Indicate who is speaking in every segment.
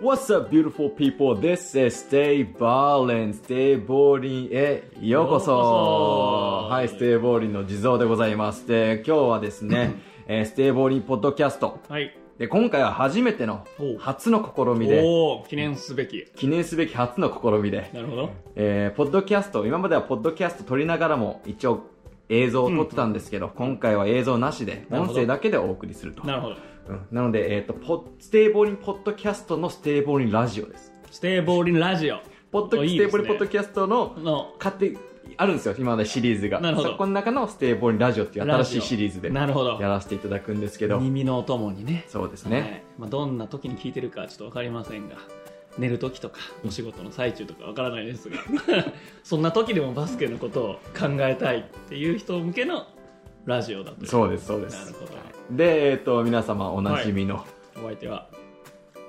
Speaker 1: What's up, beautiful people? This is Stay Ballin, Stay Ballin へようこそ。
Speaker 2: ようこそ
Speaker 1: はい、Stay Ballin の地蔵でございます。で、今日はですね、えー、Stay Ballin ポッドキャスト。
Speaker 2: はい。
Speaker 1: で、今回は初めての
Speaker 2: お、
Speaker 1: 初の試みで、
Speaker 2: おおー記念すべき。
Speaker 1: 記念すべき初の試みで、
Speaker 2: なるほど。
Speaker 1: えーポッドキャスト、今まではポッドキャスト撮りながらも、一応映像を撮ってたんですけど、今回は映像なしで、
Speaker 2: な
Speaker 1: 音
Speaker 2: るほど
Speaker 1: 声だけでお送りすると。
Speaker 2: なるほど。
Speaker 1: うんなので、えっ、と、ポッステイボーリンポッドキャストのステイボーリンラジオです。
Speaker 2: ステイボーリンラジオ
Speaker 1: ポッド
Speaker 2: おい
Speaker 1: ス
Speaker 2: い
Speaker 1: テ
Speaker 2: で
Speaker 1: イ
Speaker 2: すね
Speaker 1: ボーリンポッドキャストの、
Speaker 2: の、
Speaker 1: 買って、あるんですよ、今までシリーズが。
Speaker 2: なるほど
Speaker 1: そこの中のステイボーリンラジオっていう新しい
Speaker 2: ラジオ
Speaker 1: シリーズで、
Speaker 2: な
Speaker 1: や
Speaker 2: るほど。
Speaker 1: らせていただくんですけど、
Speaker 2: 耳のお供にね。
Speaker 1: そうです
Speaker 2: は
Speaker 1: ね。
Speaker 2: いまあ、どんな時に聞いてるかちょっとわかりませんが、寝る時とか、お仕事の最中とかわからないですが、 そんな時でもバスケのことを考えたいっていう人向けのラジオだと。
Speaker 1: そうです、そうで
Speaker 2: なる
Speaker 1: す。
Speaker 2: ほど。
Speaker 1: で、えっ、と、皆様おなじみの
Speaker 2: お相手は、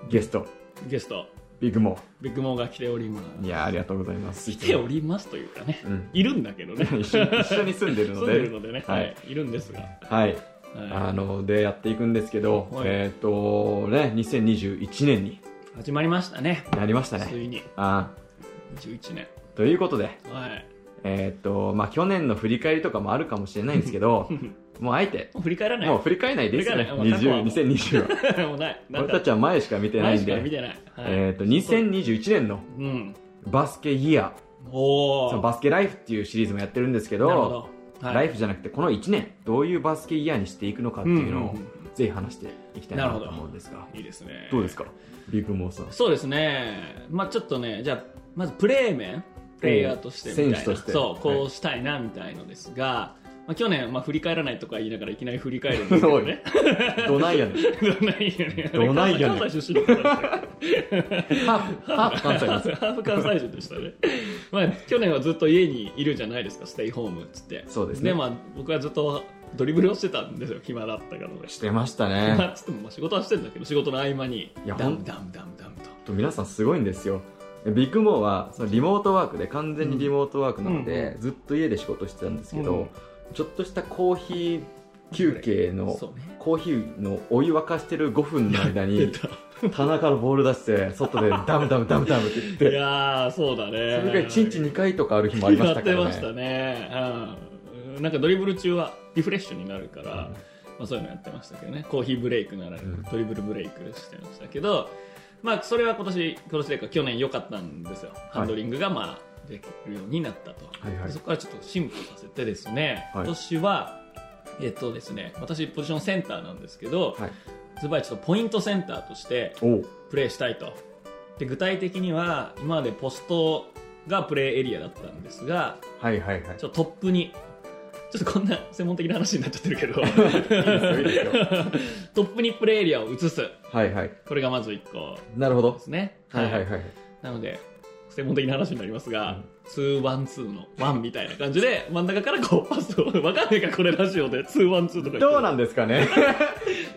Speaker 1: ゲスト、
Speaker 2: ゲスト、
Speaker 1: ビッグモ
Speaker 2: ビッグモーが来ておりま
Speaker 1: ー。い
Speaker 2: す。
Speaker 1: やー、ありがとうございます。
Speaker 2: 来ておりますというかね、
Speaker 1: うん
Speaker 2: いるんだけどね。
Speaker 1: 一緒に一緒に住んでる
Speaker 2: 住
Speaker 1: の
Speaker 2: ん
Speaker 1: で
Speaker 2: でるのでね、
Speaker 1: は
Speaker 2: はいい、いるんですが、はい、
Speaker 1: はい、あのでやっていくんですけど、
Speaker 2: はい
Speaker 1: えっ、とね2021年に
Speaker 2: 始まりましたね、
Speaker 1: なりました
Speaker 2: つ
Speaker 1: ね
Speaker 2: いに
Speaker 1: あ
Speaker 2: 11年、
Speaker 1: ーということで
Speaker 2: はい、
Speaker 1: えっ、とまあ去年の振り返りとかもあるかもしれないんですけどもうあえて
Speaker 2: もう振り返らない、
Speaker 1: もう振り返らないですよね
Speaker 2: 振り返らないもう過去はもう
Speaker 1: 2020は
Speaker 2: もうない、なん
Speaker 1: 俺
Speaker 2: か
Speaker 1: たちは前しか見てないんで
Speaker 2: 前しか見てない、はい
Speaker 1: えっ、と2021年の
Speaker 2: うん、
Speaker 1: バスケイヤー
Speaker 2: お
Speaker 1: その
Speaker 2: ー、
Speaker 1: バスケライフっていうシリーズもやってるんですけど
Speaker 2: なるほど、はい
Speaker 1: ライフじゃなくてこの1年どういうバスケイヤーにしていくのかっていうのを
Speaker 2: うんうん
Speaker 1: ぜひ話していきたいなと思うんですが
Speaker 2: いいですね、
Speaker 1: どうですかビッグモーさん
Speaker 2: そうですね、まあちょっとね、じゃあ、まずプレー面、プレイヤーとしてみたいな、
Speaker 1: 選手として
Speaker 2: そう、こ
Speaker 1: は
Speaker 2: うしたいなみたいのですが、まあ、去年、まあ、振り返らないとか言いながら、いきなり振り返るんですけ どね。
Speaker 1: どないやねん
Speaker 2: どないやねん
Speaker 1: どないやねん
Speaker 2: 関西出身の方ですよ
Speaker 1: ハーフハーフ関西なんですよ
Speaker 2: ハーフ関西人でしたね、まあ、去年はずっと家にいるじゃないですかステイホームっつって
Speaker 1: そうですね
Speaker 2: まあ、僕はずっとドリブルをしてたんですよ暇だったからね
Speaker 1: してました
Speaker 2: 暇
Speaker 1: ね
Speaker 2: っつってもまあ仕事はしてんだけど仕事の合間に
Speaker 1: いや
Speaker 2: ダ
Speaker 1: ほん
Speaker 2: ムダムダムダムと
Speaker 1: 皆さんすごいんですよビッグモーはそのリモートワークで完全にリモートワークなので、ずっと家で仕事してたんですけど、
Speaker 2: うん
Speaker 1: ちょっとしたコーヒー休憩の
Speaker 2: そうね
Speaker 1: コーヒーのお湯沸かしてる5分の間
Speaker 2: 出
Speaker 1: に
Speaker 2: た
Speaker 1: 棚からボール出して外 でダムダムダムダムって言って
Speaker 2: いやーそうだね
Speaker 1: それが1日2回とかある日もありましたか
Speaker 2: や
Speaker 1: ら
Speaker 2: ってました
Speaker 1: ね
Speaker 2: ね、うん、なんかドリブル中はリフレッシュになるから、まあ、そういうのやってましたけどねコーヒーブレイクなら
Speaker 1: ん
Speaker 2: ドリブルブレイクしてましたけど、まあ、それは今年今年というか去年良かったんですよハンドリングがまあできるようになったと、
Speaker 1: はいはい
Speaker 2: そこからちょっと進歩させてですね、
Speaker 1: はい
Speaker 2: 今年はえっとですね私ポジションセンターなんですけど、
Speaker 1: はい
Speaker 2: ズバリちょっとポイントセンターとして
Speaker 1: おう
Speaker 2: プレーしたいとで具体的には今までポストがプレーエリアだったんですが
Speaker 1: はいはいはい
Speaker 2: ちょっとトップにちょっとこんな専門的な話になっちゃってるけど
Speaker 1: いいですよ
Speaker 2: トップにプレーエリアを移す
Speaker 1: はいはい
Speaker 2: これがまず1個
Speaker 1: なるほど
Speaker 2: ですね
Speaker 1: はいはいはい
Speaker 2: なので専門的な話になります
Speaker 1: う
Speaker 2: が
Speaker 1: ん、
Speaker 2: 2-1-2の1みたいな感じで真ん中からこうパスを分かんないかこれラジオで2-1-2とか
Speaker 1: どうんなんですかね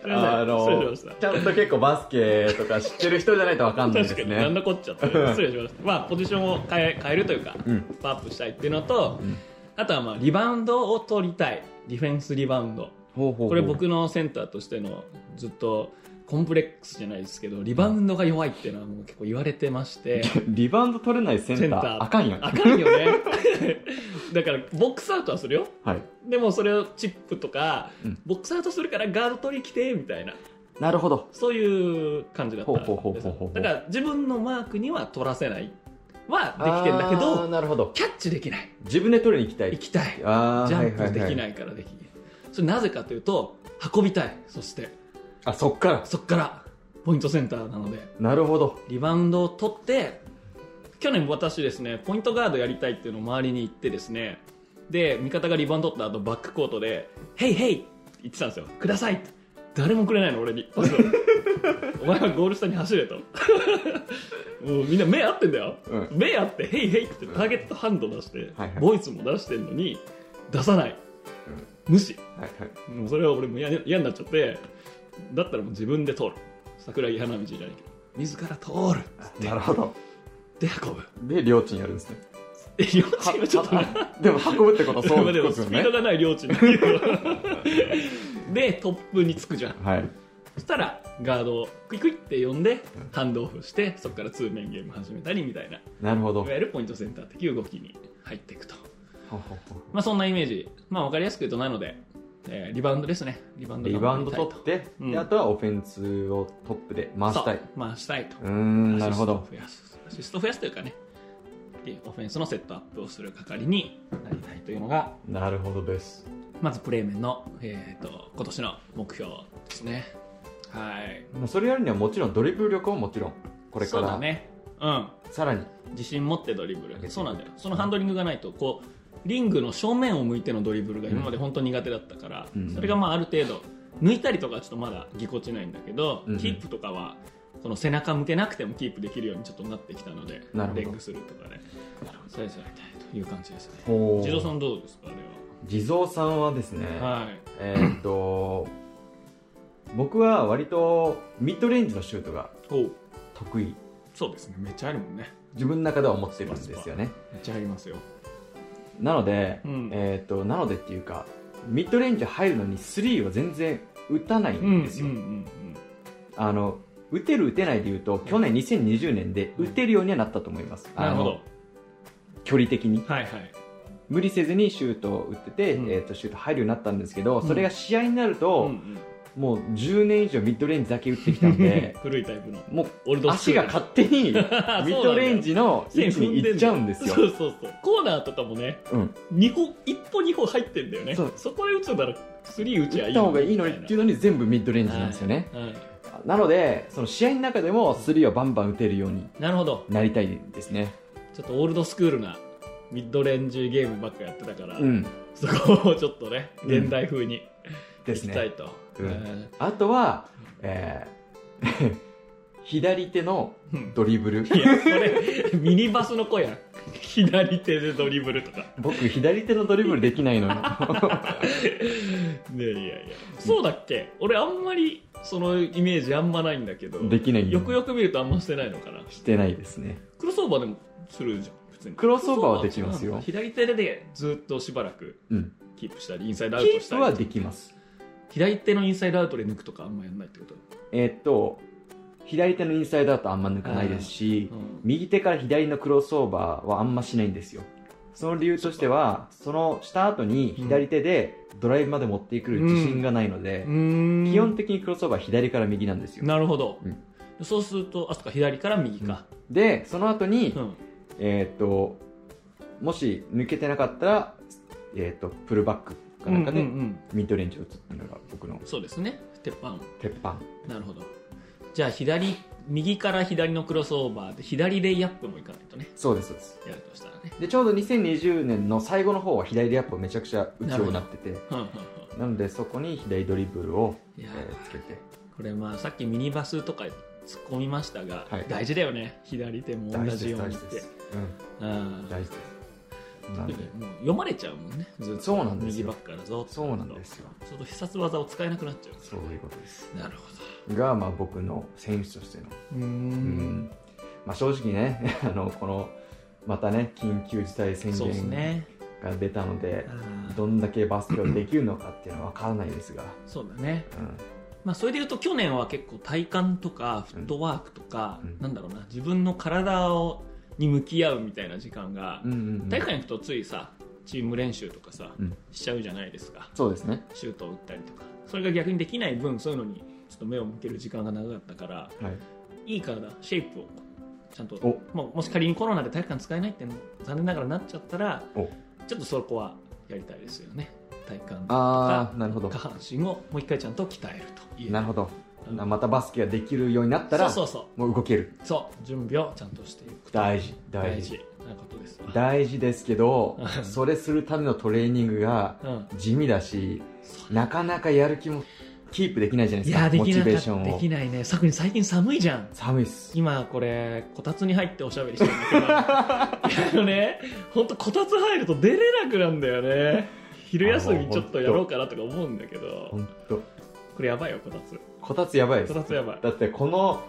Speaker 1: あ
Speaker 2: 失礼
Speaker 1: の
Speaker 2: しました
Speaker 1: ちゃんと結構バスケとか知ってる人じゃないとわかんないで
Speaker 2: 確
Speaker 1: す
Speaker 2: かにな
Speaker 1: ね
Speaker 2: んだこっちゃって失礼しましたまあポジションを変え変えるというか、
Speaker 1: うん
Speaker 2: パワーアップしたいっていうのと、
Speaker 1: ん
Speaker 2: あとはまあリバウンドを取りたいディフェンスリバウンド
Speaker 1: ほうほうほう
Speaker 2: これ僕のセンターとしてのずっとコンプレックスじゃないですけどリバウンドが弱いっていうのはもう結構言われて まして
Speaker 1: リバウンド取れないセンター
Speaker 2: センター
Speaker 1: あかんやん
Speaker 2: あかんよね だからボックスアウトはするよ
Speaker 1: はい
Speaker 2: でもそれをチップとか、
Speaker 1: うん
Speaker 2: ボックスアウトするからガード取り来てみたいな
Speaker 1: なるほど
Speaker 2: そういう感じだった
Speaker 1: ほうほうんほう
Speaker 2: です
Speaker 1: ほうほう
Speaker 2: よだから自分のマークには取らせないはできてんだけ
Speaker 1: あー
Speaker 2: ど
Speaker 1: なるほど
Speaker 2: キャッチできない
Speaker 1: 自分で取りに行きたい
Speaker 2: 行きたい
Speaker 1: あー
Speaker 2: ジャン
Speaker 1: は
Speaker 2: プ
Speaker 1: いは
Speaker 2: で
Speaker 1: い
Speaker 2: き
Speaker 1: は
Speaker 2: ないいからできない,、それなぜかというと運びたいそして
Speaker 1: あそっから
Speaker 2: そこからポイントセンターなので
Speaker 1: なるほど
Speaker 2: リバウンドを取って去年私ですねポイントガードやりたいっていうのを周りに言ってですねで味方がリバウンド取った後バックコートで「ヘイヘイ!」って言ってたんですよ「ください!」って誰もくれないの俺に パスをお前はゴール下に走れと もうみんな目合ってんだよ、
Speaker 1: うん
Speaker 2: 目合って「ヘイヘイ!」ってターゲットハンド出して、
Speaker 1: はいはい
Speaker 2: ボイスも出してんのに出さない、無視
Speaker 1: はいはい
Speaker 2: もうそれは俺も嫌嫌になっちゃってだったらもう自分で通る桜木花道じゃないけど自ら通る
Speaker 1: なるほど
Speaker 2: で運ぶ
Speaker 1: で両親やるんですね
Speaker 2: え両チームちょっとな
Speaker 1: はでも運ぶってことはそう
Speaker 2: で
Speaker 1: で
Speaker 2: も
Speaker 1: すよ
Speaker 2: スピー
Speaker 1: ね
Speaker 2: ドがない両チームでトップにつくじゃん
Speaker 1: はい
Speaker 2: そしたらガードをクイクイって呼んでハンドオフしてそこからツーメンゲーム始めたりみたいない
Speaker 1: なるほど
Speaker 2: わゆるポイントセンター的動きに入っていくと、
Speaker 1: ほほほ
Speaker 2: まあ、そんなイメージ、まあ、分かりやすく言うとなので、えーリバウンドですねリバウンド
Speaker 1: リバウンド取っ
Speaker 2: 頑張りたい
Speaker 1: て、
Speaker 2: うん
Speaker 1: であとはオフェンスをトップで回したい
Speaker 2: そう回したいと
Speaker 1: うーんなるほ
Speaker 2: アシ
Speaker 1: ど
Speaker 2: ストを増やすアシストを増やすというかねでオフェンスのセットアップをする係になりたいというのが
Speaker 1: なるほどです
Speaker 2: まずプレーメンの、えー、と今年の目標ですねはい
Speaker 1: まあそれやるにはもちろんドリブル力ももちろんこれか
Speaker 2: そうだ
Speaker 1: ら
Speaker 2: ねうん
Speaker 1: さらに
Speaker 2: 自信持ってドリブ
Speaker 1: 上げて
Speaker 2: ルそうなんだよそのハンドリングがないとこうリングの正面を向いてのドリブルが今まで本当苦手だったから、
Speaker 1: うん
Speaker 2: それがまあある程度抜いたりとかはちょっとまだぎこちないんだけど、
Speaker 1: うん
Speaker 2: キープとかはこの背中向けなくてもキープできるようにちょっとなってきたので
Speaker 1: なるほど
Speaker 2: レッグするとかねそれぞれやりたいという感じですね
Speaker 1: ほう
Speaker 2: 地蔵さんどうですかあ
Speaker 1: 地蔵さんはですね、
Speaker 2: れは、はい
Speaker 1: えーっと僕は割とミッドレンジのシュートが
Speaker 2: おう
Speaker 1: 得意
Speaker 2: そうですねめっちゃあるもんね
Speaker 1: 自分の中では思ってるんですよね
Speaker 2: めっちゃありますよ
Speaker 1: なので、
Speaker 2: うん
Speaker 1: えーっとなのでっていうかミッドレンジ入るのに3は全然打たない
Speaker 2: うんうん
Speaker 1: んです
Speaker 2: う
Speaker 1: よ、
Speaker 2: ん
Speaker 1: あの打てる打てないでいうと去年2020年で打てるようにはなったと思います、
Speaker 2: うんなるほ
Speaker 1: あ
Speaker 2: ど
Speaker 1: の距離的に
Speaker 2: はいはい
Speaker 1: 無理せずにシュートを打ってて、
Speaker 2: うん
Speaker 1: えーっとシュート入るようになったんですけど、
Speaker 2: うん
Speaker 1: それが試合になる
Speaker 2: う
Speaker 1: と、
Speaker 2: ん
Speaker 1: もう10年以上ミッドレンジだけ打ってきた
Speaker 2: うん
Speaker 1: ん で
Speaker 2: 古いタイプの
Speaker 1: もう
Speaker 2: オールド
Speaker 1: 足
Speaker 2: スクール
Speaker 1: が勝手 にミ
Speaker 2: あ
Speaker 1: ッドレンジの位置に行っちゃうんですよ
Speaker 2: そ。うそうそうコーナーとかもね
Speaker 1: うん、
Speaker 2: 二歩一歩二歩入ってんだよね
Speaker 1: そう
Speaker 2: そこで打つならスリー打ち
Speaker 1: 打
Speaker 2: ゃいい
Speaker 1: った方がいいのにっていうのに全部ミッドレンジなんですよね。
Speaker 2: はいはい
Speaker 1: なので、その試合の中でもスリーをバンバン打てるように
Speaker 2: なるほど
Speaker 1: なりたいですね。
Speaker 2: ちょっとオールドスクールなミッドレンジゲームばっかやってたから、
Speaker 1: うん。
Speaker 2: そこをちょっとね
Speaker 1: うん
Speaker 2: 現代風に
Speaker 1: で
Speaker 2: い
Speaker 1: す
Speaker 2: きた
Speaker 1: ね。
Speaker 2: いと、
Speaker 1: うん
Speaker 2: えー
Speaker 1: あとは、えー 左手の
Speaker 2: うん
Speaker 1: ドリブル。
Speaker 2: いやそれミニバスの子やん 左手でドリブルとか
Speaker 1: 僕、左手のドリブルできないのよ。
Speaker 2: いやいやいやそうだっけ俺あんまりそのイメージあんまないんだけど
Speaker 1: できないの
Speaker 2: よくよく見るとあんましてないのかな
Speaker 1: してないですね。
Speaker 2: クロスオーバーでもするじゃん普通に
Speaker 1: クロスオーバーはできますよ
Speaker 2: うん左手でずっとしばらく
Speaker 1: うん。
Speaker 2: キープしたりインサイド
Speaker 1: キ
Speaker 2: アウトし
Speaker 1: ープ
Speaker 2: た
Speaker 1: は
Speaker 2: り
Speaker 1: できます。
Speaker 2: 左手のインサイドアウトで抜くとかあんまやんないってこと、
Speaker 1: えーっと、左手のインサイドだとあんま抜かないですし
Speaker 2: う、ん
Speaker 1: 右手から左のクロスオーバーはあんましないんですよその理由としてはそのした後に左手でドライブまで持ってくる自信がないので、
Speaker 2: うーん
Speaker 1: 基本的にクロスオーバーは左から右なんですよ
Speaker 2: なるほど、
Speaker 1: うん
Speaker 2: そうするとあそっか左から右か、
Speaker 1: でその後に、
Speaker 2: うん
Speaker 1: えーっともし抜けてなかったら、えーっとプルバックかなんかで
Speaker 2: うんうんうん
Speaker 1: ミッドレンジを打つっていうのが僕の
Speaker 2: そうですね鉄板
Speaker 1: 鉄板
Speaker 2: なるほどじゃあ左右から左のクロスオーバーで左レイアップもいかないとね
Speaker 1: そうですそうです
Speaker 2: やるとしたらね
Speaker 1: でちょうど2020年の最後の方は左レイアップをめちゃくちゃ打つようになってて
Speaker 2: うんうんうん
Speaker 1: なのでそこに左ドリブルを、
Speaker 2: い
Speaker 1: え
Speaker 2: やー
Speaker 1: ーつけて
Speaker 2: これまあさっきミニバスとか突っ込みましたが、
Speaker 1: はい
Speaker 2: 大事だよね左手も同
Speaker 1: 大事です
Speaker 2: じよう
Speaker 1: 大
Speaker 2: にっ
Speaker 1: 事
Speaker 2: て
Speaker 1: です、うん
Speaker 2: うん
Speaker 1: 大事ですなんで
Speaker 2: もう読まれちゃうもんねずっと
Speaker 1: そうなんです
Speaker 2: 右
Speaker 1: よ
Speaker 2: ばっかだぞ
Speaker 1: そうなんですよ
Speaker 2: ちょっと必殺技を使えなくなっちゃう
Speaker 1: そういうことです
Speaker 2: なるほ
Speaker 1: が、まあ、僕の選手としての、
Speaker 2: どうー
Speaker 1: うん
Speaker 2: ん
Speaker 1: まあ、正直ね あのこのまたね緊急事態宣
Speaker 2: そうです
Speaker 1: 言
Speaker 2: ね
Speaker 1: が出たので
Speaker 2: あー
Speaker 1: どんだけバスケをできるのかっていうのは分からないですが、
Speaker 2: そうだね
Speaker 1: うん、
Speaker 2: まあそれでいうと去年は結構体幹とかフットワークとか、
Speaker 1: うん
Speaker 2: なんだろうな自分の体をに向き合うみたいな時間が、
Speaker 1: うんうんうん
Speaker 2: 体育館行くとついさチーム練習とかさ、
Speaker 1: うん
Speaker 2: しちゃうじゃないですか
Speaker 1: そうですね
Speaker 2: シュートを打ったりとかそれが逆にできない分そういうのにちょっと目を向ける時間が長かったから
Speaker 1: はい
Speaker 2: いい体シェイプをちゃんと
Speaker 1: お
Speaker 2: まあ、もし仮にコロナで体育館使えないっていうの残念ながらなっちゃったら
Speaker 1: お
Speaker 2: ちょっとそこはやりたいですよね体幹と
Speaker 1: あ
Speaker 2: か
Speaker 1: あなるほど
Speaker 2: 下半身をもう一回ちゃんと鍛えるという
Speaker 1: なるほど
Speaker 2: うん
Speaker 1: またバスケができるようになったら
Speaker 2: そうそうそ
Speaker 1: もう動ける
Speaker 2: うそう準備をちゃんとしていくこと
Speaker 1: 大事大
Speaker 2: 大
Speaker 1: 事
Speaker 2: 事なことですわ
Speaker 1: 大事ですけどそれするためのトレーニングが
Speaker 2: うん
Speaker 1: 地味だし
Speaker 2: そ
Speaker 1: なかなかやる気もキープできないじゃない
Speaker 2: い
Speaker 1: ですか
Speaker 2: やで
Speaker 1: モ
Speaker 2: き
Speaker 1: チ
Speaker 2: な
Speaker 1: ベー
Speaker 2: かっ
Speaker 1: ショ
Speaker 2: た
Speaker 1: ン
Speaker 2: で
Speaker 1: を
Speaker 2: きないね特に最近寒いじゃん
Speaker 1: 寒いっす
Speaker 2: 今これこたつに入っておしゃべりしてる んだけどあのね本当こたつ入ると出れなくなんだよね昼休みちょっとやろうかなとか思うんだけど
Speaker 1: 本当。
Speaker 2: これやばいよこたつ
Speaker 1: こたつやばいで
Speaker 2: こ
Speaker 1: す
Speaker 2: たつやばい、
Speaker 1: だってこの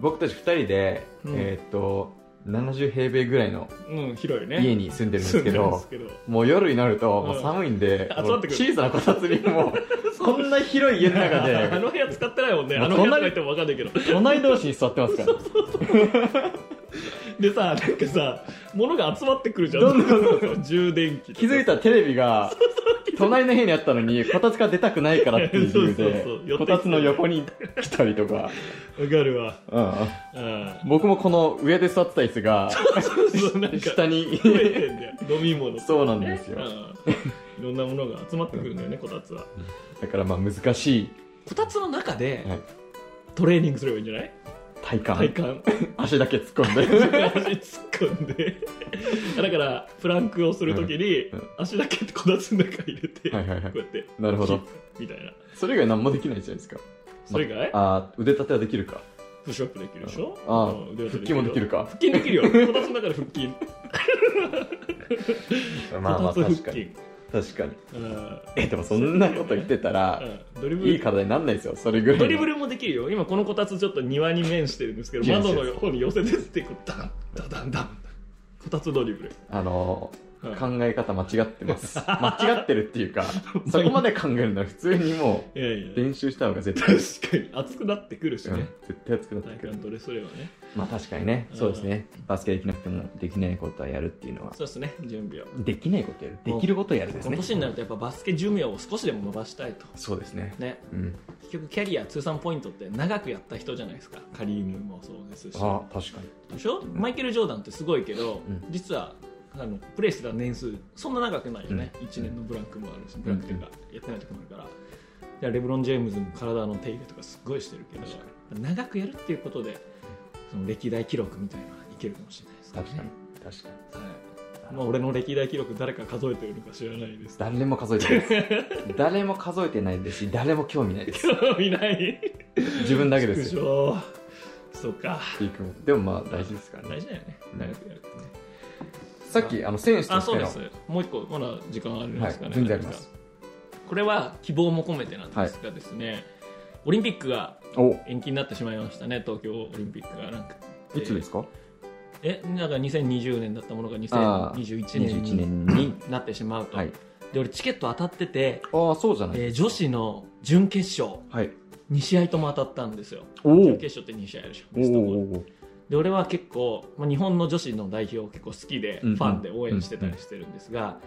Speaker 1: 僕たち2人で、
Speaker 2: うん
Speaker 1: えーっと70平米ぐらいの
Speaker 2: うん、広いね。
Speaker 1: 家に住んでるんですけ
Speaker 2: 住んで
Speaker 1: ど、
Speaker 2: るんです
Speaker 1: もう夜になると、
Speaker 2: うん
Speaker 1: もう寒いんで、
Speaker 2: 集
Speaker 1: も
Speaker 2: まっ
Speaker 1: う
Speaker 2: てくる
Speaker 1: 小さなこたつにも う、こんな広い家の
Speaker 2: けど。
Speaker 1: 中
Speaker 2: あ
Speaker 1: で、
Speaker 2: の部屋使ってないもんね。
Speaker 1: まあ
Speaker 2: あの部屋とか言っても分かんないけど。
Speaker 1: 隣同士に座ってますから。
Speaker 2: でさ、なんかさ、物が集まってくるじゃん。
Speaker 1: どんどんどん
Speaker 2: 充電器とか
Speaker 1: 気づいたらテレビが、隣の部屋にあったのに、こたつから出たくないからっていう理由
Speaker 2: そうそうそう寄
Speaker 1: で、
Speaker 2: ってきて
Speaker 1: こたつの横に来たりとか、
Speaker 2: わかるわ。
Speaker 1: うん。
Speaker 2: うん。
Speaker 1: 僕もこの上で座ってた椅子が、
Speaker 2: そうそう、なんか、
Speaker 1: 下 に、
Speaker 2: 増えてんだよ。飲み物とかね
Speaker 1: そうなんですよ
Speaker 2: うんいろんなものが集まってくるんだよね、こたつは。
Speaker 1: だからまあ難しい
Speaker 2: こたつの中で
Speaker 1: はい
Speaker 2: トレーニングすればいいんじゃない
Speaker 1: 体幹、
Speaker 2: 体幹。
Speaker 1: 足だけ突っ込んで。
Speaker 2: 足突っ込んであだからプランクをするときに
Speaker 1: うんうん
Speaker 2: 足だけこたつの中入れてこ
Speaker 1: はいはいはいう
Speaker 2: やって
Speaker 1: なるほど
Speaker 2: キープみたいな
Speaker 1: それ以外何もできないじゃないですか。
Speaker 2: それ以外
Speaker 1: あー腕立てはできるか。
Speaker 2: プッシュアップできるでしょ
Speaker 1: ああ
Speaker 2: うん腕立
Speaker 1: 腹
Speaker 2: て
Speaker 1: 筋もできる
Speaker 2: よ
Speaker 1: か。
Speaker 2: 腹筋できるよこたつの中で腹
Speaker 1: ま
Speaker 2: 筋
Speaker 1: あ まあ
Speaker 2: こた
Speaker 1: 確
Speaker 2: つ腹
Speaker 1: かに。
Speaker 2: 筋
Speaker 1: 確かに。
Speaker 2: うん
Speaker 1: え、でもそんなこと言ってたら
Speaker 2: う、んドリブ
Speaker 1: いい
Speaker 2: ル
Speaker 1: 体になんないですよ、それぐらい。
Speaker 2: ドリブルもできるよ今このこたつちょっと庭に面してるんですけど窓
Speaker 1: いや
Speaker 2: の方に寄せてってこうダンダンダンダンこたつドリブル
Speaker 1: あのー
Speaker 2: うん
Speaker 1: 考え方間違って ます。間違ってるっていうか、そこまで考えるなら普通にも
Speaker 2: いやいうや
Speaker 1: 練習した方が絶対、
Speaker 2: 確かに熱くなってくるし
Speaker 1: うん
Speaker 2: ね
Speaker 1: 絶対熱くなってく
Speaker 2: 体
Speaker 1: る
Speaker 2: 幹。トレすればね
Speaker 1: まあ確かにね、そうですね。バスケできなくてもできないことはやるっていうのは、
Speaker 2: そうですね準備を
Speaker 1: できないことやる、できることやるです
Speaker 2: この
Speaker 1: ね。
Speaker 2: 年になるとやっぱバスケ寿命を少しでも伸ばしたいと、
Speaker 1: そうですね。
Speaker 2: ね、
Speaker 1: うん。
Speaker 2: 結局キャリア通算ポイントって長くやった人じゃないですかカリームもそうですし
Speaker 1: あ、確かに。
Speaker 2: でしょマイケル・ジョーダンってすごいけど、
Speaker 1: うん
Speaker 2: 実はあのプレーしてた年数そんな長くないよね、1年のブランクもあるしブランクというかやってない時もあるから、じゃあレブロン・ジェームズも体の手入れとかすっごいしてるけど
Speaker 1: 確か
Speaker 2: 長くやるっていうことでその歴代記録みたいなのはいけるかもしれないですからね
Speaker 1: 確かに。確かに。
Speaker 2: はいまあ、俺の歴代記録誰か数えてるのか知らないです
Speaker 1: 誰も数えてないで す。誰も数えてないですし、誰も興味ないです。
Speaker 2: 興味ない
Speaker 1: 自分だけです
Speaker 2: 縮
Speaker 1: よ。
Speaker 2: 小そうか
Speaker 1: いいかもでもまあ大事ですから
Speaker 2: 大
Speaker 1: ね。
Speaker 2: 事だよね
Speaker 1: うん
Speaker 2: 大学やるってね
Speaker 1: さっき、あの、選手と
Speaker 2: あ
Speaker 1: し
Speaker 2: そ
Speaker 1: て
Speaker 2: う
Speaker 1: の。
Speaker 2: ですもう一個まだ時間あるん
Speaker 1: はい
Speaker 2: ですかね、、
Speaker 1: 全然あります。
Speaker 2: これは希望も込めてなんですがですね、オリンピックが
Speaker 1: お、
Speaker 2: 延期になってしまいましたね東京オリンピックがなんか
Speaker 1: いつです
Speaker 2: か
Speaker 1: か
Speaker 2: えなんか2020年だったものが
Speaker 1: あー
Speaker 2: 2021年に
Speaker 1: 21年に
Speaker 2: なってしまうと、
Speaker 1: はい。
Speaker 2: で俺チケット当たってて、
Speaker 1: ああ、そうじゃない。
Speaker 2: えー女子の準決勝
Speaker 1: はい。
Speaker 2: 2試合とも当たったんですよ
Speaker 1: おお
Speaker 2: 準決勝って2試合あるでしょベスト4
Speaker 1: お
Speaker 2: で俺は結構、まあ、日本の女子の代表を結構好きで、
Speaker 1: うんうん
Speaker 2: ファンで応援してたりしてるんですが、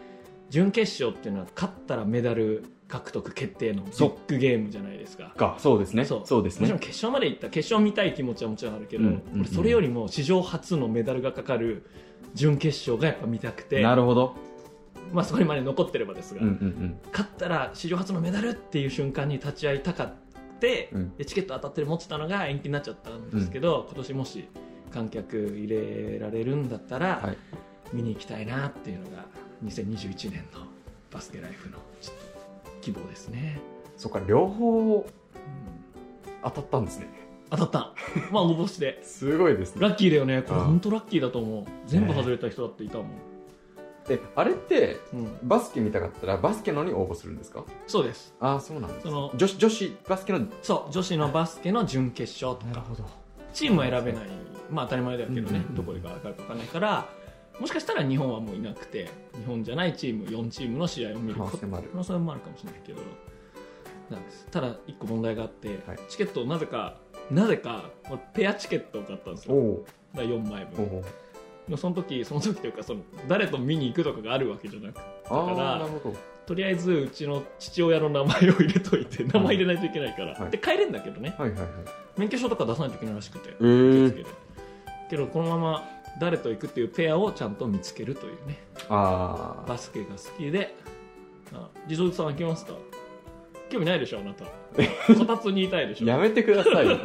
Speaker 2: 準決勝っていうのは勝ったらメダル獲得決定のビ
Speaker 1: そう
Speaker 2: ッグゲームじゃないですか。
Speaker 1: か、そうですね。
Speaker 2: そう
Speaker 1: そうです
Speaker 2: もち
Speaker 1: ね
Speaker 2: ろん。決勝まで行った決勝見たい気持ちはもちろんあるけど、
Speaker 1: うんうんうん
Speaker 2: 俺それよりも史上初のメダルがかかる準決勝がやっぱ見たくて、
Speaker 1: なるほど。
Speaker 2: まあ、それまで残ってればですが、
Speaker 1: うんうん
Speaker 2: 勝ったら史上初のメダルっていう瞬間に立ち会いたかって、
Speaker 1: うん
Speaker 2: でチケット当たってる持ってたのが延期になっちゃったんですけど、今年もし観客入れられるんだったら、
Speaker 1: はい
Speaker 2: 見に行きたいなっていうのが2021年のバスケライフのちょっと希望ですね、
Speaker 1: うん。そっか、両方
Speaker 2: うん
Speaker 1: 当たったんですね。
Speaker 2: 当たったまあ応募して
Speaker 1: すごいですね。
Speaker 2: ラッキーだよねこれ
Speaker 1: ああ
Speaker 2: 本当ラッキーだと思う全部外れた人だっていたもん、
Speaker 1: え、あれって、
Speaker 2: うん、
Speaker 1: バスケ見たかったら、バスケのに応募するんですか
Speaker 2: そうです
Speaker 1: ああ、そうなんです
Speaker 2: その
Speaker 1: 女子、女子バスケの。
Speaker 2: そう女子のバスケの準決勝とか
Speaker 1: ほど。
Speaker 2: チームは選べない、まあ、当たり前だけどね、
Speaker 1: うん
Speaker 2: どこが上がるか分からないからもしかしたら日本はもういなくて日本じゃないチーム4チームの試合を見る
Speaker 1: 可能
Speaker 2: こと
Speaker 1: 性もある
Speaker 2: 可能性もあるかもしれないけどなんですただ1個問題があって、
Speaker 1: はい
Speaker 2: チケットをなぜかなぜか俺ペアチケットを買ったんです
Speaker 1: お
Speaker 2: よ
Speaker 1: お
Speaker 2: だ4枚
Speaker 1: お
Speaker 2: 分
Speaker 1: お
Speaker 2: でもその時その時というかその誰と見に行くとかがあるわけじゃなく
Speaker 1: あ
Speaker 2: だか
Speaker 1: あな
Speaker 2: ら
Speaker 1: るほど
Speaker 2: とりあえずうちの父親の名前を入れといて名前入れないといけないから、
Speaker 1: はい
Speaker 2: で帰れんだけどね
Speaker 1: はいはいはい
Speaker 2: 免許証とか出さないといけないらしくて
Speaker 1: えー、
Speaker 2: けどこのまま誰と行くっていうペアをちゃんと見つけるというね
Speaker 1: あ
Speaker 2: バスケが好きであ地蔵さん行きますか興味ないでしょあなたこたつにいたいでし
Speaker 1: ー
Speaker 2: ょ
Speaker 1: やめてくださ いよ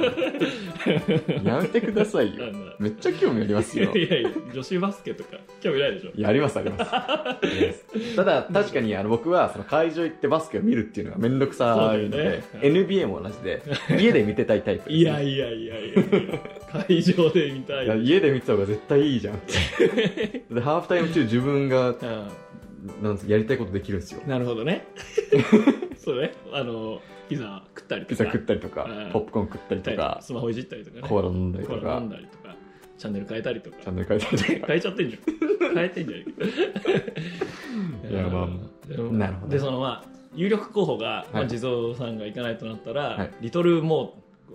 Speaker 1: やめてください
Speaker 2: な
Speaker 1: よ
Speaker 2: んだ
Speaker 1: めっちゃ興味あります
Speaker 2: い
Speaker 1: よ
Speaker 2: やいやいや女子バスケとか興味ないでしょ
Speaker 1: いやありますありますあります ただ確かにあの僕はその会場行ってバスケを見るっていうのが面倒くさいので、
Speaker 2: そうだよ
Speaker 1: NBA も同じで家で見てたいタイプですね、
Speaker 2: いやいやいやいやいや会場で見たい
Speaker 1: いや家で見てた方が絶対いいじゃんでハーフタイム中自分が
Speaker 2: う
Speaker 1: なんつやりたいことできるんですよ
Speaker 2: んなるほどねそうねあのピザ食ったり
Speaker 1: ピ
Speaker 2: と
Speaker 1: ザ
Speaker 2: か
Speaker 1: 食ったりとか
Speaker 2: うん
Speaker 1: ポップコーン食ったりとか
Speaker 2: スマホいじったりとかね
Speaker 1: コーラ飲んだり
Speaker 2: コ
Speaker 1: と
Speaker 2: ーラ飲
Speaker 1: か
Speaker 2: んだりとかチャンネル変えたりとか
Speaker 1: チャンネル変えたりとか
Speaker 2: 変えちゃってんじゃん変えてんじゃん
Speaker 1: いやまあ
Speaker 2: うん
Speaker 1: なるほど
Speaker 2: でそのまあ有力候補が、
Speaker 1: は
Speaker 2: まあ、
Speaker 1: い
Speaker 2: 地蔵さんが行かないとなったら、
Speaker 1: はい
Speaker 2: リトルモー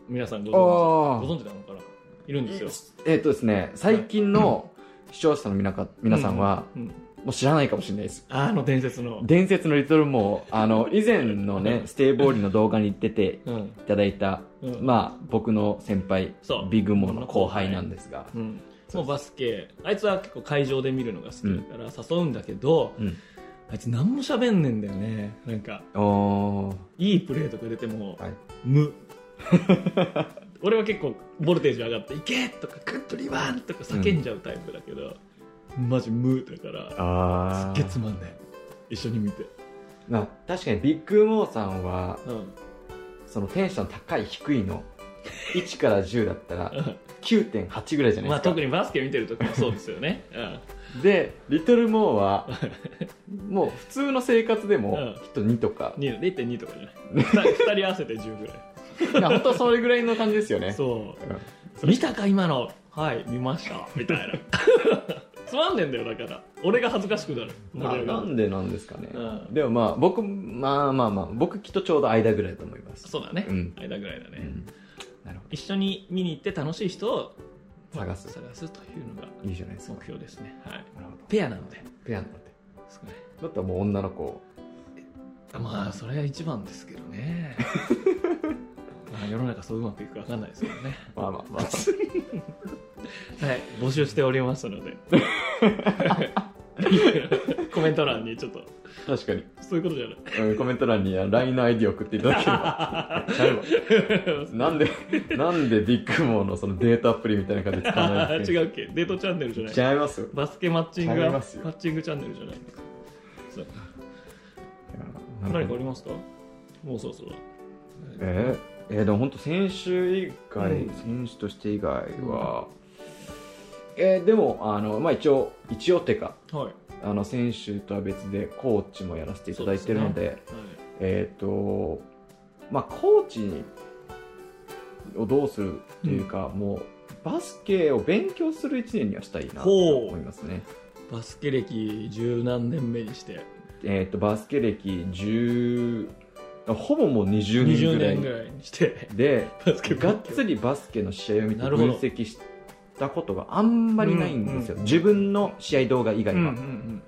Speaker 2: 皆さんご存
Speaker 1: あ
Speaker 2: 知ご存知なのかないるんですよ
Speaker 1: えっとですね最近の視聴者の皆か皆さんは、
Speaker 2: ううん
Speaker 1: もう知らないかもしれないです
Speaker 2: あの伝説の、
Speaker 1: 伝説のリトルモーあの以前のねステイボーリーの動画に出て
Speaker 2: うん
Speaker 1: いただいた、
Speaker 2: うん
Speaker 1: まあ僕の先輩
Speaker 2: そう
Speaker 1: ビッグモーの後輩なんですが、
Speaker 2: うん、もうバスケあいつは結構会場で見るのが好きだから誘うんだけど、
Speaker 1: うん、
Speaker 2: あいつ何も喋んねえんだよねなんか
Speaker 1: おー
Speaker 2: いいプレーとか出ても、
Speaker 1: はい
Speaker 2: 無 俺は結構ボルテージ上がって「いけ!」とか「クッとリバン!」とか叫んじゃうタイプだけど、マジ無だから
Speaker 1: あ
Speaker 2: すっげえつまんない一緒に見て、
Speaker 1: まあ、確かにビッグモーさんは
Speaker 2: うん、
Speaker 1: そのテンション高い低い の1から10だったら9.8ぐらいじゃない
Speaker 2: ま
Speaker 1: ですか、
Speaker 2: あ特にバスケ見てる時もそうですよ ね、うん
Speaker 1: でリトルモーはもう普通の生活でも
Speaker 2: うん
Speaker 1: きっと2とか、
Speaker 2: に0.2とかじゃない 2人合わせて10ぐらい
Speaker 1: いや本当はそれぐらいの感じですよね
Speaker 2: そう
Speaker 1: うん
Speaker 2: 見たか今のはい見ましたみたいな つまんねえんだよだから俺が恥ずかしくなる
Speaker 1: な
Speaker 2: 俺が
Speaker 1: なんでなんですかね、
Speaker 2: うん
Speaker 1: でもまあ僕まあまあまあ僕きっとちょうど間ぐらいだと思います
Speaker 2: そうだね、
Speaker 1: うん
Speaker 2: 間ぐらいだね、
Speaker 1: うんなるほ
Speaker 2: 一緒に見に行って楽しい人を
Speaker 1: 探す
Speaker 2: 探すというのが
Speaker 1: どいいじゃないですか
Speaker 2: 目標ですね、はい、
Speaker 1: なるほど
Speaker 2: ペアなので
Speaker 1: ペアなんて
Speaker 2: ですかね
Speaker 1: だったらもう女の子
Speaker 2: まあそれが一番ですけどね まあ世の中そううまくいくか分かんないですけどね
Speaker 1: まあまあまあ
Speaker 2: はい募集しておりますので コメント欄にちょっと
Speaker 1: 確かに、
Speaker 2: そういうことじゃない
Speaker 1: うん、コメント欄にあの LINE の ID を送っていただければ ちゃうわ なんでなんでビッグモーのそのデートアプリみたいな感じで使わない んです
Speaker 2: 違うっけデートチャンネルじゃない
Speaker 1: か違いますよ
Speaker 2: バスケマッチング
Speaker 1: 違
Speaker 2: はいマ
Speaker 1: ますよ
Speaker 2: ッチングチャンネルじゃないそう
Speaker 1: な
Speaker 2: 何
Speaker 1: る
Speaker 2: か
Speaker 1: ほど
Speaker 2: ありますかもうそろそろ
Speaker 1: えーえーでも本当選手以外、
Speaker 2: うん
Speaker 1: 選手として以外は、えーでもあの、まあ、一応一応っていうか
Speaker 2: はい、は
Speaker 1: あの選手とは別でコーチもやらせていただいてるのでえっ、とまあコーチをどうするっていうか、もうバスケを勉強する1年にはしたいなと
Speaker 2: ほう
Speaker 1: 思いますね、
Speaker 2: い、バスケ歴十何年目にして
Speaker 1: えー、とバスケ歴10ほぼもう20年
Speaker 2: 20
Speaker 1: ぐら
Speaker 2: 年
Speaker 1: い
Speaker 2: ぐらいにして
Speaker 1: で
Speaker 2: バスケ
Speaker 1: がっつり
Speaker 2: り
Speaker 1: バスケの試合を見て
Speaker 2: なるほど
Speaker 1: 分析したことがあんまりないんですよ、
Speaker 2: うんうん
Speaker 1: 自分の試合動画以
Speaker 2: う
Speaker 1: 外
Speaker 2: んうんう
Speaker 1: は、
Speaker 2: ん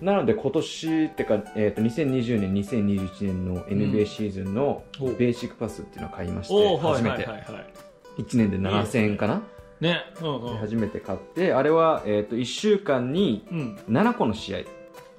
Speaker 1: なので今年ってか、えー、と2020年2021年の
Speaker 2: う
Speaker 1: NBA
Speaker 2: ん
Speaker 1: シーズンの
Speaker 2: ほう
Speaker 1: ベーシックパスっていうのを買いまして、
Speaker 2: おおは
Speaker 1: 初
Speaker 2: い
Speaker 1: め
Speaker 2: はい
Speaker 1: て
Speaker 2: はいはい
Speaker 1: 1年で7000円かな、
Speaker 2: ねうんうん
Speaker 1: 初めて買ってあれは、えー、と1週間に
Speaker 2: うん
Speaker 1: 7個の試合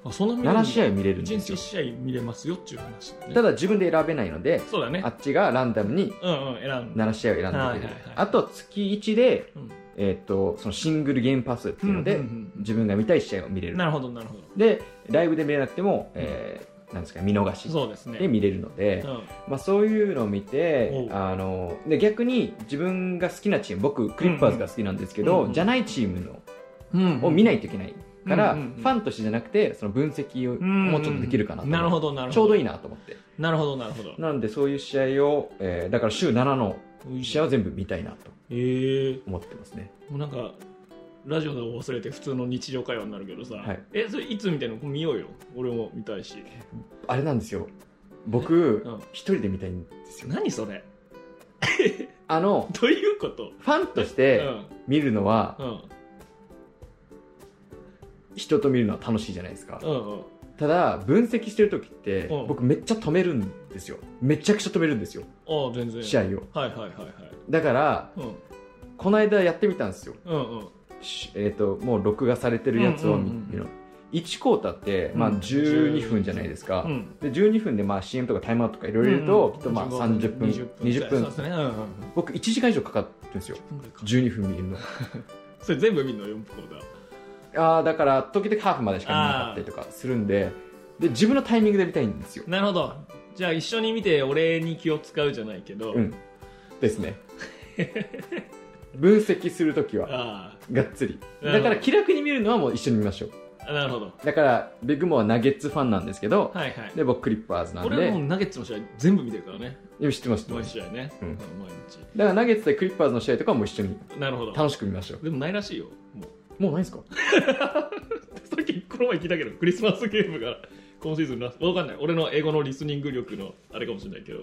Speaker 2: あそんな見れる
Speaker 1: 7試合見れるん
Speaker 2: 人
Speaker 1: です
Speaker 2: 生1
Speaker 1: よ
Speaker 2: 試合見れますよっていう話だね
Speaker 1: ただ自分で選べないので
Speaker 2: そうだね
Speaker 1: あっちがランダムに
Speaker 2: うんうん選んで
Speaker 1: 7試合を選んでくれる、
Speaker 2: はいはいはい
Speaker 1: あと月1で、
Speaker 2: うん
Speaker 1: えー、とそのシングルゲームパスっていうので、
Speaker 2: うんうんうん
Speaker 1: 自分が見たい試合を見れる
Speaker 2: なるほどなるほど
Speaker 1: でライブで見れなくても、えーなんですか見逃し
Speaker 2: そうですね
Speaker 1: で見れるので、
Speaker 2: うん
Speaker 1: まあ、そういうのを見
Speaker 2: お
Speaker 1: て
Speaker 2: う
Speaker 1: あので逆に自分が好きなチーム僕クリッパーズが好きなんですけど、
Speaker 2: うんうん
Speaker 1: じゃないチームの、
Speaker 2: うん
Speaker 1: を見ないといけないから、
Speaker 2: うんうんうん
Speaker 1: ファンとしてじゃなくてその分析を
Speaker 2: うん
Speaker 1: もうちょっとできるかなと思って、
Speaker 2: なるほどなるほど
Speaker 1: ちょうどいいなと思って
Speaker 2: なるほどなるほど
Speaker 1: なんでそういう試合を、えーだから週7の試合を全部見たいなと
Speaker 2: えー、
Speaker 1: 思ってますね
Speaker 2: もうなんかラジオの忘れて普通の日常会話になるけどさ、
Speaker 1: はい
Speaker 2: えそれいつ見てんの見ようよ俺も見たいし
Speaker 1: あれなんですよ僕
Speaker 2: うん
Speaker 1: 一、人で見たいんですよ
Speaker 2: 何それ
Speaker 1: あの
Speaker 2: どういうこと
Speaker 1: ファンとし
Speaker 2: う
Speaker 1: て
Speaker 2: ん
Speaker 1: 見るのは
Speaker 2: うん
Speaker 1: 人と見るのは楽しいじゃないですか
Speaker 2: うんうん
Speaker 1: ただ分析してる時って
Speaker 2: うん
Speaker 1: 僕めっちゃ止めるんですよめちゃくちゃ止めるんですよ
Speaker 2: ああ全然
Speaker 1: 試合を
Speaker 2: はいはいはいはい
Speaker 1: だから
Speaker 2: うん
Speaker 1: この間やってみたんですよ
Speaker 2: うんうん
Speaker 1: しえっ、ともう録画されてるやつを見
Speaker 2: うんうんうん
Speaker 1: 見るの1クォーターってまあ
Speaker 2: うん
Speaker 1: 12分じゃないですか、
Speaker 2: うん
Speaker 1: で12分でまあ CM とかタイムアウトとかいろいろ入れると、
Speaker 2: ん
Speaker 1: きっとまあ
Speaker 2: 15
Speaker 1: 30分
Speaker 2: 20
Speaker 1: 20
Speaker 2: 分
Speaker 1: 分
Speaker 2: そうですねうんうんうん
Speaker 1: 僕1時間以上かかってるんですよ
Speaker 2: 10分ぐらいか
Speaker 1: 12分見るの
Speaker 2: それ全部見るの4分だ
Speaker 1: あーだから時々ハーフまでしか見なかったりとかするんでで自分のタイミングで見たいんですよ
Speaker 2: なるほどじゃあ一緒に見て俺に気を使うじゃないけど、
Speaker 1: うんですね分析するときは
Speaker 2: あ
Speaker 1: がっつり
Speaker 2: なる
Speaker 1: だか
Speaker 2: ほど
Speaker 1: ら気楽に見るのはもう一緒に見ましょう
Speaker 2: ああなるほど。
Speaker 1: だから、ビッグモアはナゲッツファンなんですけど、
Speaker 2: はいはい。
Speaker 1: で、僕クリッパーズなん
Speaker 2: 俺
Speaker 1: で、
Speaker 2: はもうナゲッツの試合全部見てるからね。
Speaker 1: いや知ってます、知ってま
Speaker 2: 毎
Speaker 1: す。
Speaker 2: 試合ね。
Speaker 1: うん
Speaker 2: 毎
Speaker 1: だからナゲッツでクリッパーズの試合とかも一緒に
Speaker 2: 日。なるほど。
Speaker 1: 楽しく見ましょう。
Speaker 2: でもないらしいよ。もう。
Speaker 1: もうないんすか
Speaker 2: さっきこの前聞いたけど、クリスマスゲームが今シーズンラスト。わかんない。俺の英語のリスニング力のあれかもしれないけど。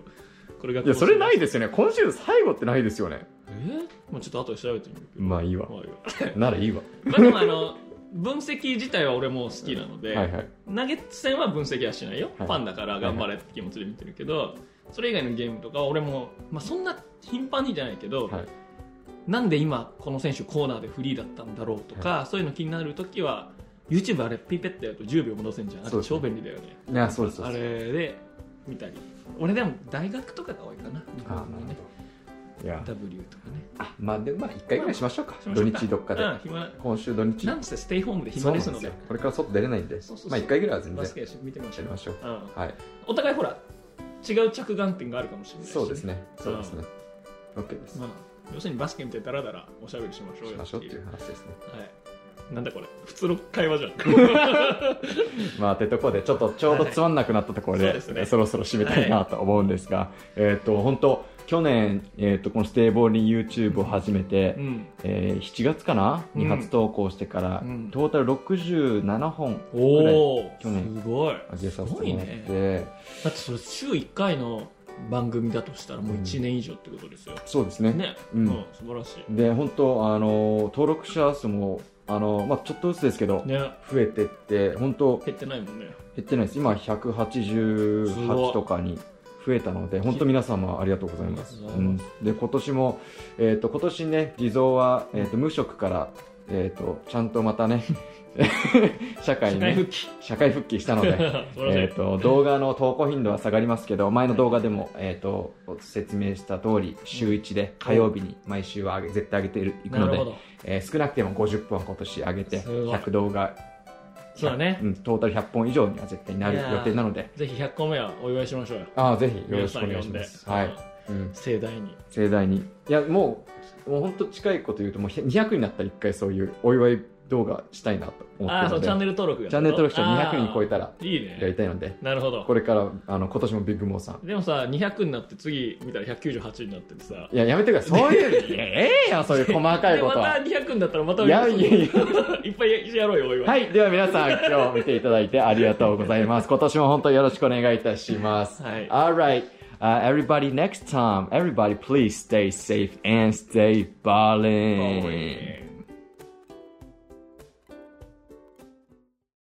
Speaker 2: これが
Speaker 1: いや、それない
Speaker 2: で。
Speaker 1: ですよね。今週最後ってないですよね。
Speaker 2: えーもうちょっと後で調べてみるけど。
Speaker 1: まあいいわ。
Speaker 2: まあいいわ
Speaker 1: ならいいわ。
Speaker 2: まあでもあの、分析自体は俺も好きなので、
Speaker 1: はいはい。
Speaker 2: ナゲッツ戦は分析はしないよ、
Speaker 1: はい
Speaker 2: ファンだから頑張れって気持ちで見てるけど、それ以外のゲームとかは俺も、まあ、そんな頻繁にじゃないけど、
Speaker 1: はい
Speaker 2: なんで今この選手コーナーでフリーだったんだろうとか、そういうの気になるときは YouTube あれピペってやると10秒戻せんじゃんあ
Speaker 1: そう
Speaker 2: れ
Speaker 1: ですね
Speaker 2: 超便利だよね
Speaker 1: いや、そうです。そう
Speaker 2: あ
Speaker 1: です
Speaker 2: れで見たり俺でも大学とかが多いかな日
Speaker 1: あ
Speaker 2: 本
Speaker 1: な
Speaker 2: の
Speaker 1: る
Speaker 2: ね
Speaker 1: ほど。いや、
Speaker 2: W とかね
Speaker 1: あまあでもまあ一回ぐらいしましょうか。
Speaker 2: しまし
Speaker 1: 土
Speaker 2: ょうか
Speaker 1: 日どっかで
Speaker 2: う。ん暇
Speaker 1: 今週土日。
Speaker 2: なんせステイホームで
Speaker 1: そ
Speaker 2: 暇
Speaker 1: う
Speaker 2: で
Speaker 1: な
Speaker 2: す
Speaker 1: ん
Speaker 2: の
Speaker 1: です
Speaker 2: で
Speaker 1: よ。これから外出れないんで
Speaker 2: そうそうそう。
Speaker 1: まあ一回ぐらいは全
Speaker 2: バ
Speaker 1: 然
Speaker 2: スケやし見てみまし
Speaker 1: や
Speaker 2: ょ
Speaker 1: りましょう。
Speaker 2: う、うん、
Speaker 1: はい。
Speaker 2: お互いほら違う着眼点があるかもしれないし
Speaker 1: そうですね。そうですね。OK です。
Speaker 2: まあ、要するにバスケ見てダラダラおしゃべりしましょう
Speaker 1: し
Speaker 2: よ
Speaker 1: ましょうって
Speaker 2: い
Speaker 1: いう話ですね。
Speaker 2: はい、なんだこれ普通の会話じゃん
Speaker 1: まあ、てとこで、ちょっとちょうどつまんなくなったところで、
Speaker 2: はいそうですね
Speaker 1: そろそろ締めたいなと思うんですが、えっ、と、本当去年、えっ、と、このステイボーリー YouTube を始めて、
Speaker 2: うん
Speaker 1: えー7月かな
Speaker 2: うん
Speaker 1: に初投稿してから、
Speaker 2: うん
Speaker 1: トータル67本
Speaker 2: おお
Speaker 1: 去年
Speaker 2: すご
Speaker 1: 上
Speaker 2: い
Speaker 1: げさせてもらって、
Speaker 2: すごだってそれ週1回の番組だとしたらもう1年以上ってことですよ、
Speaker 1: そうですね。
Speaker 2: ね、
Speaker 1: う
Speaker 2: うんん素晴らし
Speaker 1: で、本当あのー、登録者数も、あのーまあ、ちょっとずつですけど、
Speaker 2: いね
Speaker 1: 増えてって、本当
Speaker 2: 減ってないもんね
Speaker 1: 減ってないです。今、188とかに増えたので、本当皆様ありがとうございます。
Speaker 2: ありがとうございま
Speaker 1: うんで、今年も、えっ、と、今年ね、偽造は、えっ、と、無職から、えっ、と、ちゃんとまたね、 社会
Speaker 2: 社
Speaker 1: に
Speaker 2: 会
Speaker 1: ね、
Speaker 2: 復帰
Speaker 1: 社会復帰したの
Speaker 2: 素
Speaker 1: で、
Speaker 2: 晴らしい、
Speaker 1: えー、と動画の投稿頻度は下がりますけど前の動画でも、えー、と説明した通り週1で火曜日に毎週は上げ絶対上げているいく
Speaker 2: な
Speaker 1: の
Speaker 2: る
Speaker 1: で
Speaker 2: ほ、ど
Speaker 1: えー少なくても50本今年上げて
Speaker 2: すごい
Speaker 1: 100動画
Speaker 2: そうだね
Speaker 1: ん、トータル100本以上には絶対になる予定なので
Speaker 2: ぜひ100個目はお祝いしましょうよ
Speaker 1: あーぜひよろ
Speaker 2: 皆
Speaker 1: し
Speaker 2: さ
Speaker 1: くお
Speaker 2: ん
Speaker 1: 願
Speaker 2: 呼
Speaker 1: いし
Speaker 2: ん
Speaker 1: ま。
Speaker 2: です
Speaker 1: はいうん、
Speaker 2: 盛大に
Speaker 1: 盛大にいやもうもう本当近いこと言うともう200になったら1回そういうお祝い動画したいなと思って
Speaker 2: ああ
Speaker 1: る
Speaker 2: そ
Speaker 1: の
Speaker 2: う
Speaker 1: で
Speaker 2: チャンネル登録が
Speaker 1: チャンネル登録者200人超え
Speaker 2: た
Speaker 1: たら
Speaker 2: いい
Speaker 1: やり
Speaker 2: ね
Speaker 1: たいので
Speaker 2: なるほど
Speaker 1: これからあの今年もビッグモーさん
Speaker 2: でもさ200になって次見たら198になっててさ
Speaker 1: いや、やめてください。そういう、 いや、ええやん、そういう細かいこと
Speaker 2: でまた
Speaker 1: は。
Speaker 2: 200になったらまた
Speaker 1: いやいやいや。
Speaker 2: いっぱいやろうよお祝い、
Speaker 1: はい。では皆さん、今日見ていただいてありがとうございます。今年も本当よろしくお願いいたします。
Speaker 2: はい
Speaker 1: Alright.、everybody, next time, everybody, please stay safe and stay ballin'.